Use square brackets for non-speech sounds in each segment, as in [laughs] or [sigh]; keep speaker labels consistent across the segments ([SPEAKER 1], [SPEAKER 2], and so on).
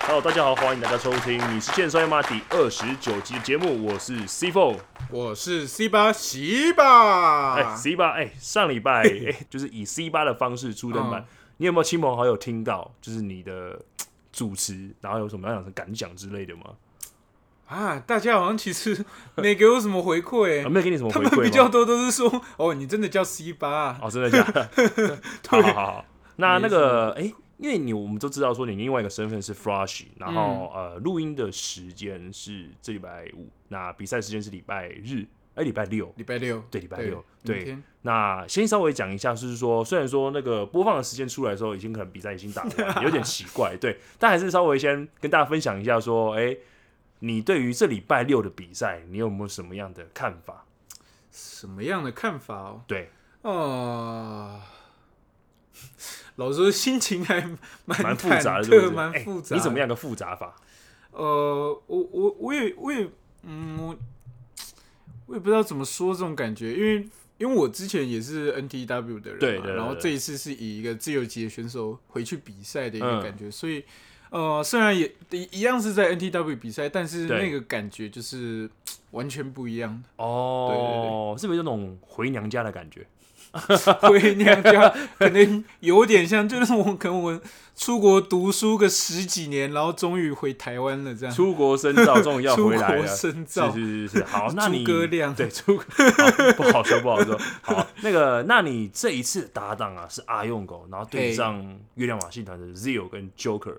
[SPEAKER 1] Hello，大家好，欢迎大家收听《你是健身吗》第二十九集节目，我是 C Four。
[SPEAKER 2] 我是 C 八喜吧，
[SPEAKER 1] 哎，C 八，哎，上
[SPEAKER 2] [laughs]
[SPEAKER 1] 礼拜哎，就是以 C 八的方式出登版，
[SPEAKER 2] 嗯
[SPEAKER 1] 你有没有亲朋好友听到？就是你的嘖主持，然后有什么样的感想之类的吗？
[SPEAKER 2] 啊，大家好像其实没给我什么回馈、
[SPEAKER 1] 啊， [laughs] 没有给你什么
[SPEAKER 2] 哎他
[SPEAKER 1] 回
[SPEAKER 2] 们比
[SPEAKER 1] 馈
[SPEAKER 2] 较
[SPEAKER 1] 吗？
[SPEAKER 2] 多都是说，哦，你真的叫 C 八、啊，
[SPEAKER 1] 哦，真的假
[SPEAKER 2] [laughs]
[SPEAKER 1] 的？好好好好，那
[SPEAKER 2] 没
[SPEAKER 1] 那个，哎、因为你我们都知道说你另外一个身份是 Flashy，然后、
[SPEAKER 2] 嗯
[SPEAKER 1] 呃，录音的时间是这礼拜五，那比赛时间是礼拜日，哎、礼拜六，
[SPEAKER 2] 礼拜六，
[SPEAKER 1] 对，礼拜
[SPEAKER 2] 对
[SPEAKER 1] 六，
[SPEAKER 2] 明
[SPEAKER 1] 对，
[SPEAKER 2] 天
[SPEAKER 1] 那先稍微讲一下，就是说，虽然说那个播放的时间出来的时候，已经可能比赛已经打完，有点奇怪，对， [laughs] 但还是稍微先跟大家分享一下，说，哎、你对于这礼拜六的比赛，你有没有什么样的看法？
[SPEAKER 2] 什么样的看法哦？
[SPEAKER 1] 对，
[SPEAKER 2] 哦，老实说心情还蛮
[SPEAKER 1] 蛮
[SPEAKER 2] 蛮
[SPEAKER 1] 复杂
[SPEAKER 2] 忐
[SPEAKER 1] 的，
[SPEAKER 2] 忑
[SPEAKER 1] 对不对？
[SPEAKER 2] 蛮
[SPEAKER 1] 哎
[SPEAKER 2] 复杂、
[SPEAKER 1] 你怎么？样个复杂法？
[SPEAKER 2] 呃，我我我也我也嗯，我我也不知道怎么说这种感觉，因为因为我之前也是 NTW 的人嘛，
[SPEAKER 1] 对对对
[SPEAKER 2] 然后
[SPEAKER 1] 对
[SPEAKER 2] 这一次是以一个自由级的选手回去比赛的一
[SPEAKER 1] 嗯
[SPEAKER 2] 个感觉，所以呃，虽然也一一样是在 NTW 比赛，但是
[SPEAKER 1] 对
[SPEAKER 2] 那个感觉就是完全不一样，
[SPEAKER 1] [laughs] 哦，是不是有种回娘家的感觉？
[SPEAKER 2] 回娘家可能有点像，就是我可能我出国读书个十几年，然后终于回台湾了这样，
[SPEAKER 1] 出国深造终于
[SPEAKER 2] [laughs]
[SPEAKER 1] 要
[SPEAKER 2] 出
[SPEAKER 1] 回来
[SPEAKER 2] 国
[SPEAKER 1] 了，
[SPEAKER 2] 深
[SPEAKER 1] 是
[SPEAKER 2] 造，
[SPEAKER 1] 是是是，好，那你
[SPEAKER 2] 诸葛亮
[SPEAKER 1] 对诸葛好 [laughs] 不好说
[SPEAKER 2] [laughs]
[SPEAKER 1] 不好说。好，那个，那你这一次搭档啊是阿用狗，然后对
[SPEAKER 2] 嘿
[SPEAKER 1] 上月亮马戏团的 Zio 跟 Joker，、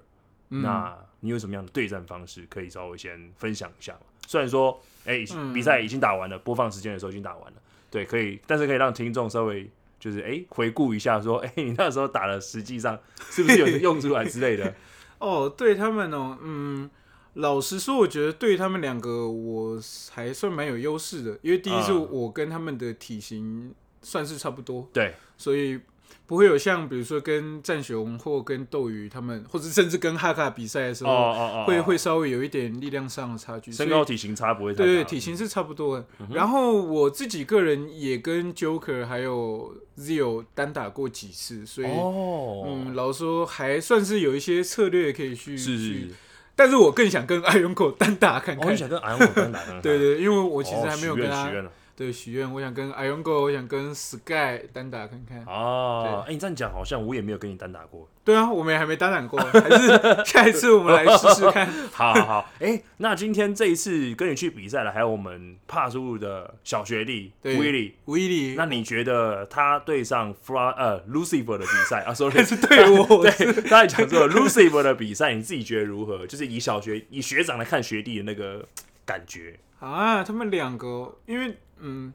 [SPEAKER 1] 那
[SPEAKER 2] 嗯
[SPEAKER 1] 你有什么样的对战方式可以稍微先分享一下吗？虽然说，哎、已经
[SPEAKER 2] 嗯
[SPEAKER 1] 比赛已经打完了，播放时间的时候已经打完了，对，可以，但是可以让听众稍微。就是哎、回顾一下，说哎、 [laughs] 你那时候打了，实际上是不是有用出来之类
[SPEAKER 2] [laughs]
[SPEAKER 1] 的？
[SPEAKER 2] 哦，对他们哦，嗯，老实说，我觉得对他们两个我还算蛮有优势的，因为第一是
[SPEAKER 1] 嗯
[SPEAKER 2] 我跟他们的体型算是差不多，
[SPEAKER 1] 对，
[SPEAKER 2] 所以不会有像比如说跟战雄或跟斗鱼他们，或者甚至跟哈卡比赛的时
[SPEAKER 1] 哦
[SPEAKER 2] 候，
[SPEAKER 1] 哦哦，
[SPEAKER 2] 会会稍微有一点力量上的差距，
[SPEAKER 1] 身
[SPEAKER 2] 所
[SPEAKER 1] 高
[SPEAKER 2] 以
[SPEAKER 1] 体型差不会太嗯大，
[SPEAKER 2] 对对，体型是差不多的。然后我自己个人也跟 Joker 还有 Zio 单打过几次，所以、
[SPEAKER 1] 哦，
[SPEAKER 2] 嗯，老实说还算是有一些策略可以去去
[SPEAKER 1] 是是是，
[SPEAKER 2] 但是我更想跟爱勇狗单打看
[SPEAKER 1] 我
[SPEAKER 2] 看。
[SPEAKER 1] 很想跟阿勇单打看看，
[SPEAKER 2] [laughs] 对对，因为我
[SPEAKER 1] 我
[SPEAKER 2] 其实还没有跟他、
[SPEAKER 1] 哦许愿了
[SPEAKER 2] 对许愿，我想跟爱勇狗，我想跟 Sky 单打看看。
[SPEAKER 1] 啊！哎，你这样讲好像我也没有跟你单打过。
[SPEAKER 2] 对啊，我们也还没单打过，还是下一次我们来试试看。
[SPEAKER 1] 好好好，哎，那今天这一次跟你去比赛了，还有我们帕苏鲁的小学弟
[SPEAKER 2] 对
[SPEAKER 1] Willy，
[SPEAKER 2] w i l
[SPEAKER 1] [laughs] 那你觉得他对上 Fra 呃 Lucifer 的比赛啊
[SPEAKER 2] [laughs]
[SPEAKER 1] ，sorry，
[SPEAKER 2] 是对我，
[SPEAKER 1] [laughs] 对，刚才讲说 Lucifer 的比赛，你自己觉得如何？就是以小学以学长来看学弟的那个感觉，
[SPEAKER 2] 啊，他们两个，因为嗯，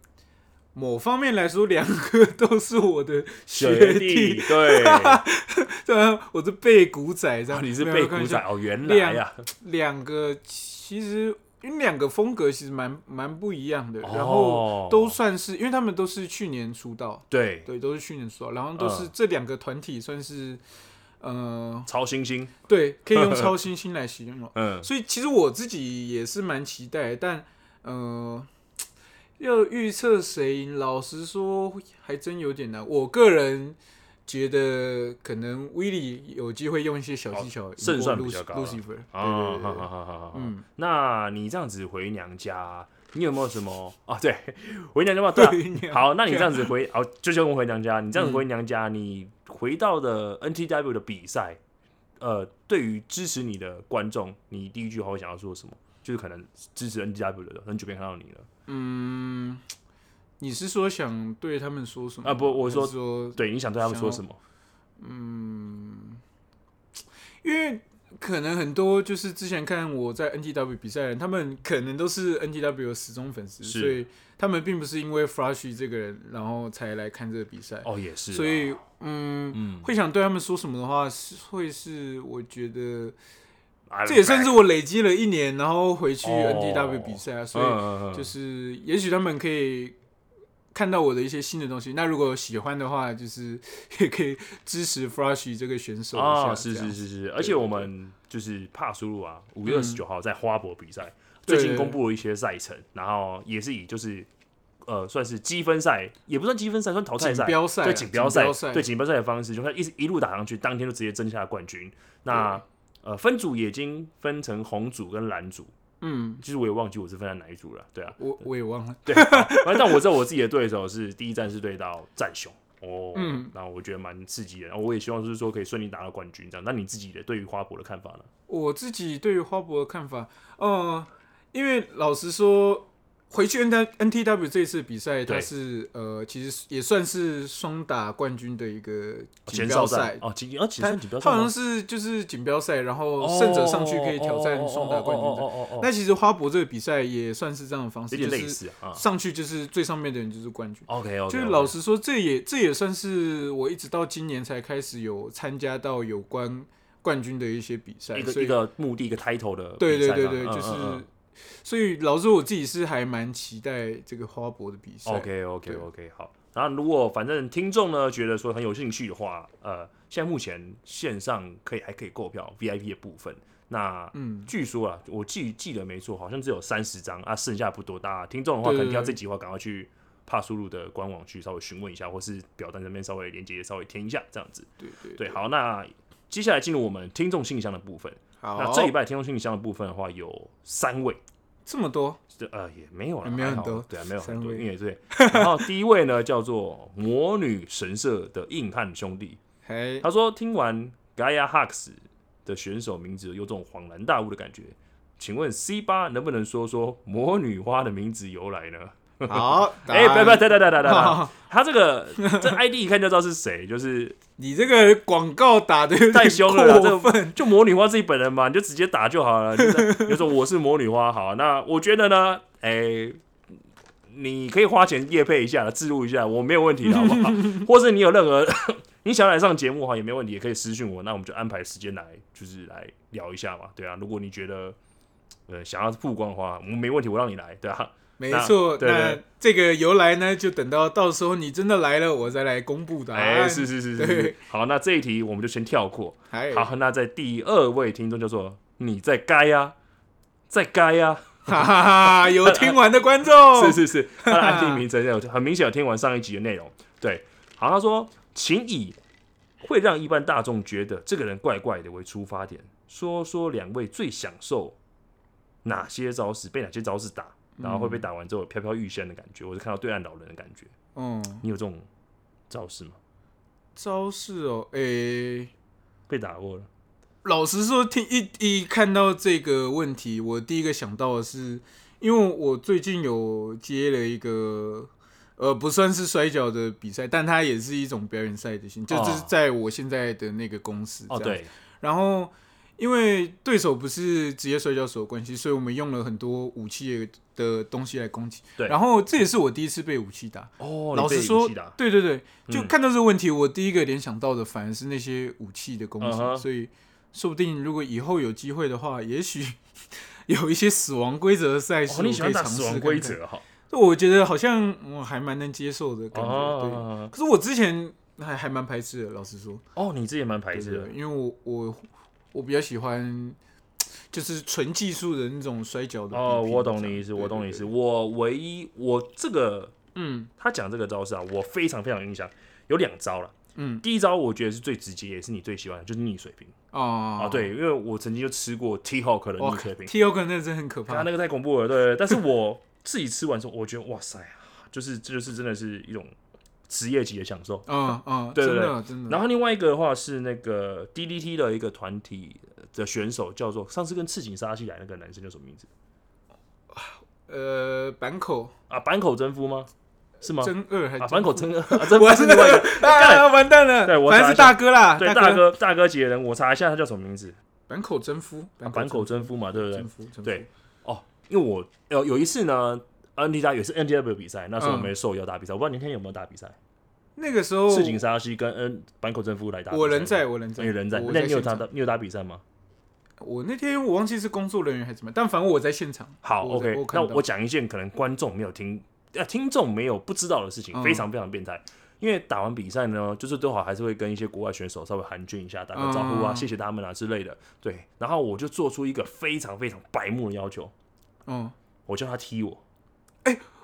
[SPEAKER 2] 某方面来说，两个都是我的学弟，
[SPEAKER 1] 弟
[SPEAKER 2] [laughs]
[SPEAKER 1] 对，
[SPEAKER 2] 对啊，我是背骨仔这
[SPEAKER 1] 哦
[SPEAKER 2] 样。
[SPEAKER 1] 你是
[SPEAKER 2] 没有
[SPEAKER 1] 被
[SPEAKER 2] 开
[SPEAKER 1] 鼓
[SPEAKER 2] 玩笑
[SPEAKER 1] 掌哦，原来呀，
[SPEAKER 2] 两个其实因为两个风格其实蛮蛮不一样的，然后
[SPEAKER 1] 哦
[SPEAKER 2] 都算是，因为他们都是去年出道，
[SPEAKER 1] 对，
[SPEAKER 2] 对，都是去年出啊道，然后都是、
[SPEAKER 1] 嗯
[SPEAKER 2] 这两个团体算是，呃，
[SPEAKER 1] 超新星，
[SPEAKER 2] 对，可以
[SPEAKER 1] [laughs]
[SPEAKER 2] 用超新星来形容。
[SPEAKER 1] 嗯，
[SPEAKER 2] 所以其实我自己也是蛮期待，但呃，要预测谁赢，老实说还真有点难。我个人。觉得可能威利有机会用一些小技巧赢过
[SPEAKER 1] 胜算比
[SPEAKER 2] Luc-
[SPEAKER 1] 较高啊
[SPEAKER 2] Lucifer，
[SPEAKER 1] 啊，
[SPEAKER 2] 对对对对
[SPEAKER 1] 好好好好好，嗯
[SPEAKER 2] 嗯，
[SPEAKER 1] 那你这样子回娘家，你有没有什 [laughs] 么啊？对，回娘家嘛，对啊、嗯
[SPEAKER 2] 回娘
[SPEAKER 1] [laughs] 好，那你这样子回，好，就先回娘家。你这样子回娘家，你回到的 NTW 的比赛，呃，对于支持你的观众，你第一句话会想要说什么？就是可能支持 NTW 的人很久没看到你了，
[SPEAKER 2] 嗯，你是说想对他们说什么
[SPEAKER 1] 啊不我
[SPEAKER 2] 还
[SPEAKER 1] 说
[SPEAKER 2] 是说，
[SPEAKER 1] 对，你想对他们说什么？
[SPEAKER 2] 因为可能很多就是之前看我在 NTW 比赛的人，他们可能都是 NTW 的死忠粉丝，
[SPEAKER 1] 是
[SPEAKER 2] 所以他们并不是因为 Flashy 这个人，然后才来看这个比赛。
[SPEAKER 1] 哦，也是啊，
[SPEAKER 2] 所以，嗯，会想对他们说什么的话，是会是我觉得，
[SPEAKER 1] I'm
[SPEAKER 2] 这也算是
[SPEAKER 1] back
[SPEAKER 2] 我累积了一年，然后回去
[SPEAKER 1] 哦
[SPEAKER 2] NTW 比赛啊，所以
[SPEAKER 1] 嗯嗯嗯
[SPEAKER 2] 就是也许他们可以看到我的一些新的东西。那如果喜欢的话，就是也可以支持 Flash 这个选手一下
[SPEAKER 1] 啊，是
[SPEAKER 2] 这样
[SPEAKER 1] 是是是，而且我们就是帕苏鲁啊，五月二十九号在花博比赛，
[SPEAKER 2] 嗯对
[SPEAKER 1] 最近公布了一些赛程，然后也是以就是呃算是积分赛，哦也不算积分赛，算淘汰赛
[SPEAKER 2] 锦，标赛啊，
[SPEAKER 1] 对锦标赛，
[SPEAKER 2] 赛，
[SPEAKER 1] 对锦标赛的方式，就他一直一路打上去，当天就直接争下冠军。那呃，分组也已经分成红组跟蓝组，
[SPEAKER 2] 嗯，
[SPEAKER 1] 其实我也忘记我是分在哪一组了。对啊，
[SPEAKER 2] 我我也忘了，
[SPEAKER 1] 对，好反正但我知道我自己的对手是第一站是对到战雄哦，
[SPEAKER 2] 嗯，
[SPEAKER 1] 那我觉得蛮刺激的，然后我也希望就是说可以顺利拿到冠军这样。那你自己的对于花博的看法呢？
[SPEAKER 2] 我自己对于花博的看法，呃，因为老实说，回去 N N T W 这一次比赛，
[SPEAKER 1] 对
[SPEAKER 2] 它是呃，其实也算是双打冠军的一个锦
[SPEAKER 1] 前
[SPEAKER 2] 标
[SPEAKER 1] 哨
[SPEAKER 2] 赛
[SPEAKER 1] 战。哦，锦哦，锦
[SPEAKER 2] 它
[SPEAKER 1] 上锦标赛
[SPEAKER 2] 它好
[SPEAKER 1] 吗
[SPEAKER 2] 像是就是锦标赛，然后胜者上去可以挑战双打冠军的。
[SPEAKER 1] 哦哦哦哦哦哦哦哦
[SPEAKER 2] 那其实花博这个比赛也算是这样的方式，
[SPEAKER 1] 有点
[SPEAKER 2] 就
[SPEAKER 1] 类
[SPEAKER 2] 是
[SPEAKER 1] 似啊。
[SPEAKER 2] 上去就是最上面的人就是冠军。
[SPEAKER 1] OK OK，
[SPEAKER 2] 就是老实说，这也这也算是我一直到今年才开始有参加到有关冠军的一些比赛，
[SPEAKER 1] 一
[SPEAKER 2] 所
[SPEAKER 1] 个
[SPEAKER 2] 以
[SPEAKER 1] 一个目的一个 title 的
[SPEAKER 2] 对
[SPEAKER 1] 比
[SPEAKER 2] 对
[SPEAKER 1] 赛
[SPEAKER 2] 对
[SPEAKER 1] 嘛
[SPEAKER 2] 对，
[SPEAKER 1] 嗯
[SPEAKER 2] 就
[SPEAKER 1] 嗯
[SPEAKER 2] 是，
[SPEAKER 1] 嗯
[SPEAKER 2] 所以老实说，我自己是还蛮期待这个花博的比赛。
[SPEAKER 1] OK OK
[SPEAKER 2] 对
[SPEAKER 1] OK 好。然后如果反正听众呢觉得说很有兴趣的话，呃，现在目前线上可以还可以购票 VIP 的部分，那
[SPEAKER 2] 嗯，
[SPEAKER 1] 据说啊，我记记得没错，好像只有三十张啊，剩下不多。大家听众的话，可
[SPEAKER 2] 对
[SPEAKER 1] 能
[SPEAKER 2] 对
[SPEAKER 1] 听到
[SPEAKER 2] 对
[SPEAKER 1] 这集的话，赶快去帕苏鲁的官网去稍微询问一下，或是表单这边稍微连接稍微填一下，这样子。
[SPEAKER 2] 对对
[SPEAKER 1] 对，好，那接下来进入我们听众信箱的部分。
[SPEAKER 2] 好，
[SPEAKER 1] 那这礼拜听众信箱的部分的话，有三位，
[SPEAKER 2] 这么多，
[SPEAKER 1] 这呃也没有了，
[SPEAKER 2] 也没有
[SPEAKER 1] 还好
[SPEAKER 2] 很多
[SPEAKER 1] 对啊，没有很
[SPEAKER 2] 三
[SPEAKER 1] 多，
[SPEAKER 2] 位
[SPEAKER 1] 因为对。然后第一位呢叫做魔女神社的硬汉兄弟， [laughs]
[SPEAKER 2] 嘿，
[SPEAKER 1] 他说听完 Gaia Hux 的选手名字有种恍然大悟的感觉。请问 C 八能不能说说魔女花的名字由来呢？
[SPEAKER 2] 好，
[SPEAKER 1] 哎，
[SPEAKER 2] 拜
[SPEAKER 1] 拜拜，
[SPEAKER 2] 拜，
[SPEAKER 1] 哒哒哒哒哒
[SPEAKER 2] [laughs]
[SPEAKER 1] 哒，
[SPEAKER 2] 好
[SPEAKER 1] 他这个这 ID 一看就知道是谁，就是
[SPEAKER 2] 你这个广告打的
[SPEAKER 1] 太凶了啦，这
[SPEAKER 2] 过分，
[SPEAKER 1] 个就魔女花自己本人嘛，你就直接打就好了。你就在你就说我是魔女花，好，那我觉得呢，哎、你可以花钱夜配一下，置入一下，我没有问题的，好不好？ [laughs] 或是你有任何你想要来上节目哈，也没问题，也可以私信我，那我们就安排时间来，就是来聊一下嘛，对啊。如果你觉得呃想要曝光的话，我没问题，我让你来，对啊。
[SPEAKER 2] 没错。
[SPEAKER 1] 对对
[SPEAKER 2] 那这个由来呢，就等到到时候你真的来了，我再来公布答
[SPEAKER 1] 哎、
[SPEAKER 2] 案。
[SPEAKER 1] 是是是是
[SPEAKER 2] 对
[SPEAKER 1] 是，好，那这一题我们就先跳过。
[SPEAKER 2] 嗨，
[SPEAKER 1] 好，那在第二位听众叫做你在该呀、在该呀、
[SPEAKER 2] 哈哈哈！有听完的观众，
[SPEAKER 1] [laughs] 是是是，他的 ID 名称有很明显有听完上一集的内 [laughs] 容。对，好，他说，请以会让一般大众觉得这个人怪怪的为出发点，说说两位最享受哪些招式，被哪些招式打，然后会被打完之后飘飘欲仙的感觉，我是看到对岸老人的感觉。
[SPEAKER 2] 嗯，
[SPEAKER 1] 你有这种招式吗？
[SPEAKER 2] 招式哦，诶、
[SPEAKER 1] 被打过了，
[SPEAKER 2] 老实说，听一一看到这个问题，我第一个想到的是，因为我最近有接了一个，呃，不算是摔跤的比赛，但它也是一种表演赛的形式，就
[SPEAKER 1] 哦
[SPEAKER 2] 是在我现在的那个公司。
[SPEAKER 1] 哦，，对，
[SPEAKER 2] 然后。因为对手不是职业摔跤手的关系，所以我们用了很多武器的东西来攻击。
[SPEAKER 1] 对
[SPEAKER 2] 然后这也是我第一次被武器打，
[SPEAKER 1] 哦，
[SPEAKER 2] 老实说，
[SPEAKER 1] 嗯
[SPEAKER 2] 对对对，就
[SPEAKER 1] 嗯
[SPEAKER 2] 看到这个问题，我第一个联想到的反而是那些武器的攻击，
[SPEAKER 1] 嗯哼
[SPEAKER 2] 所以说不定如果以后有机会的话，也许 [laughs] 有一些死亡规则的赛事、
[SPEAKER 1] 哦，你喜欢打
[SPEAKER 2] 我可以尝试
[SPEAKER 1] 死亡
[SPEAKER 2] 看
[SPEAKER 1] 规
[SPEAKER 2] 看？
[SPEAKER 1] 则哈？
[SPEAKER 2] 这我觉得好像我还蛮能接受的感觉，对。
[SPEAKER 1] 哦，
[SPEAKER 2] 可是我之前还还蛮排斥的，老实说，
[SPEAKER 1] 哦，你自己也蛮排斥
[SPEAKER 2] 对
[SPEAKER 1] 的
[SPEAKER 2] 对，因为我我我比较喜欢就是纯技术的那种摔跤的。
[SPEAKER 1] 哦，我懂你意思，我懂你意思。。我唯一我这个
[SPEAKER 2] 嗯
[SPEAKER 1] 他讲这个招式啊，我非常非常有印象，有两招了。
[SPEAKER 2] 嗯
[SPEAKER 1] 第一招我觉得是最直接，也是你最喜欢的，就是逆水平
[SPEAKER 2] 哦
[SPEAKER 1] 啊。对，因为我曾经就吃过 T Hawk 的逆水平，
[SPEAKER 2] ，T O 可能真的很可
[SPEAKER 1] 他
[SPEAKER 2] 怕。
[SPEAKER 1] 那个太恐怖了。对，但是我自己吃完之后，我觉得哇塞啊，就是这就是真的是一种职业级的享受。
[SPEAKER 2] 嗯嗯，
[SPEAKER 1] 对对
[SPEAKER 2] 真的真的。
[SPEAKER 1] 然后另外一个的话是那个 DDT 的一个团体的选手，叫做上次跟赤井沙希来那个男生叫什么名字
[SPEAKER 2] 呃，坂口
[SPEAKER 1] 啊？坂口真夫吗？是吗？
[SPEAKER 2] 真二还
[SPEAKER 1] 啊，
[SPEAKER 2] 真
[SPEAKER 1] 坂口真二，啊真夫
[SPEAKER 2] 我
[SPEAKER 1] 是另外一个。
[SPEAKER 2] 啊，完蛋了！
[SPEAKER 1] 对我
[SPEAKER 2] 反
[SPEAKER 1] 查
[SPEAKER 2] 正
[SPEAKER 1] 一
[SPEAKER 2] 是大哥啦，
[SPEAKER 1] 对，
[SPEAKER 2] 大
[SPEAKER 1] 大哥大哥级的人，我查一下他叫什么名字，
[SPEAKER 2] 坂口真夫，
[SPEAKER 1] 啊，坂口真夫嘛，对不对
[SPEAKER 2] 真？夫，真夫
[SPEAKER 1] 对，哦，因为我有有一次呢，N 呃 T W 也是 N T W 比赛，那时候我们也受邀打比赛，我不知道你那天有没有打比赛，
[SPEAKER 2] 那个时候
[SPEAKER 1] 赤井沙希跟 N 坂口真夫来打
[SPEAKER 2] 嗯
[SPEAKER 1] 比赛，哦
[SPEAKER 2] 我人在，我人在，
[SPEAKER 1] 你人在，
[SPEAKER 2] 我
[SPEAKER 1] 那你有
[SPEAKER 2] 现
[SPEAKER 1] 打
[SPEAKER 2] 场。
[SPEAKER 1] 到你有打比赛吗？
[SPEAKER 2] 我那天我忘记是工作人员还是怎么样，但反正我在现场。
[SPEAKER 1] 好
[SPEAKER 2] 我
[SPEAKER 1] ，OK，
[SPEAKER 2] 我看
[SPEAKER 1] 那
[SPEAKER 2] 到
[SPEAKER 1] 我讲一件可能观众没有听，呃，听众没有不知道的事情，
[SPEAKER 2] 嗯
[SPEAKER 1] 非常非常变态。因为打完比赛呢，就是多少还是会跟一些国外选手稍微寒暄一下，打个招呼啊，
[SPEAKER 2] 嗯
[SPEAKER 1] 谢谢他们啊之类的。对，然后我就做出一个非常非常白目的要求，
[SPEAKER 2] 嗯，
[SPEAKER 1] 我叫他踢我。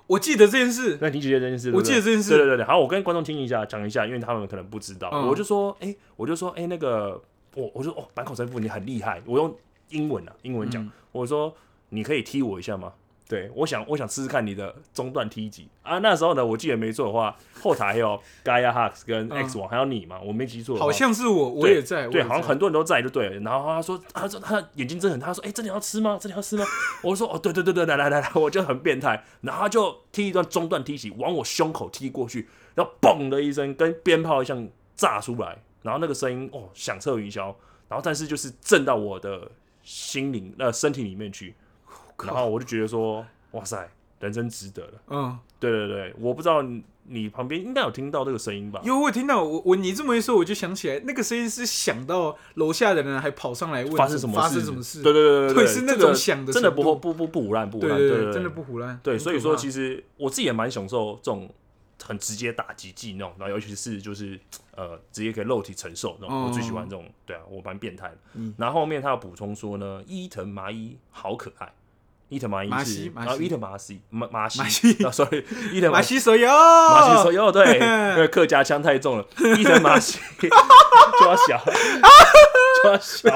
[SPEAKER 2] 我记得这件事。
[SPEAKER 1] 那你记得这件事？
[SPEAKER 2] 我
[SPEAKER 1] 对不对
[SPEAKER 2] 记得这件事
[SPEAKER 1] 对对对对。好，我跟观众听一下，讲一下，因为他们可能不知道。
[SPEAKER 2] 嗯
[SPEAKER 1] 我就说，哎、我就说，哎、那个我我就说哦，坂口神父你很厉害，我用英文啊，英文
[SPEAKER 2] 嗯
[SPEAKER 1] 讲，我说你可以踢我一下吗？对，我想我想试试看你的中段踢级啊。那时候呢，我记得没错的话，后台还有 Gaia Hux 跟 X 网、还有你嘛，我没记错的
[SPEAKER 2] 嗯
[SPEAKER 1] 话，
[SPEAKER 2] 好像是我，我也在，我
[SPEAKER 1] 对，
[SPEAKER 2] 也
[SPEAKER 1] 好像
[SPEAKER 2] 在
[SPEAKER 1] 很多人都在，就对了。然后他说，他说他眼睛睁很大，他说，哎、这里要吃吗？这里要吃吗？ [laughs] 我说，哦，对对对对，来来来来，我就很变态。然后他就踢一段中段踢起，往我胸口踢过去，然后嘣的一声，跟鞭炮一样炸出来，然后那个声音哦，响彻云霄。然后但是就是震到我的心灵呃身体里面去，
[SPEAKER 2] 靠
[SPEAKER 1] 然后我就觉得说，哇塞，人生值得了。
[SPEAKER 2] 嗯，
[SPEAKER 1] 对对对，我不知道你你旁边应该有听到这个声音吧？
[SPEAKER 2] 因为我听到我我你这么一说，我就想起来那个声音是响到楼下的人还跑上来问
[SPEAKER 1] 发生什么事？
[SPEAKER 2] 发生什么事，
[SPEAKER 1] 对对对对
[SPEAKER 2] 对是那
[SPEAKER 1] 这个
[SPEAKER 2] 种响的
[SPEAKER 1] 真的
[SPEAKER 2] 程
[SPEAKER 1] 不
[SPEAKER 2] 度
[SPEAKER 1] 不不不胡乱不胡
[SPEAKER 2] 对
[SPEAKER 1] 乱，
[SPEAKER 2] 对
[SPEAKER 1] 对
[SPEAKER 2] 对，真的不胡乱，
[SPEAKER 1] 对。所以说，其
[SPEAKER 2] 实
[SPEAKER 1] 实我自己也蛮享受这种很直接打击技那种，然后尤其是就是呃直接可以肉体承受那
[SPEAKER 2] 哦
[SPEAKER 1] 种，我最喜欢这种。对啊，我蛮变态的。
[SPEAKER 2] 嗯
[SPEAKER 1] 然后后面他有补充说呢，伊藤麻衣好可爱。伊藤麻衣
[SPEAKER 2] 麻
[SPEAKER 1] 是
[SPEAKER 2] 希麻
[SPEAKER 1] 然后
[SPEAKER 2] 希
[SPEAKER 1] 伊藤麻西麻麻西
[SPEAKER 2] 麻希
[SPEAKER 1] 啊，sorry，伊藤麻
[SPEAKER 2] 马
[SPEAKER 1] 西
[SPEAKER 2] 西手游，
[SPEAKER 1] 马西说哟，对，因为客家腔太重了，伊藤马西 [laughs] 就要小，就要小，